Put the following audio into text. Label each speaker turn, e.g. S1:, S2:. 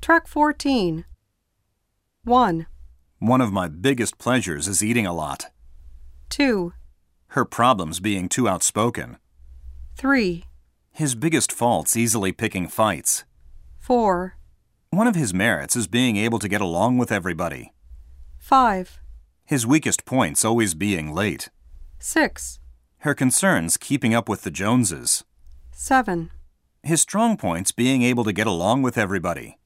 S1: Track 14. 1,
S2: One of my biggest pleasures is eating a lot.
S1: 2,
S2: Her problems being too outspoken.
S1: 3,
S2: His biggest faults easily picking fights.
S1: 4,
S2: One of his merits is being able to get along with everybody.
S1: 5,
S2: His weakest points always being late.
S1: 6,
S2: Her concerns keeping up with the Joneses.
S1: 7.
S2: His strong points being able to get along with everybody.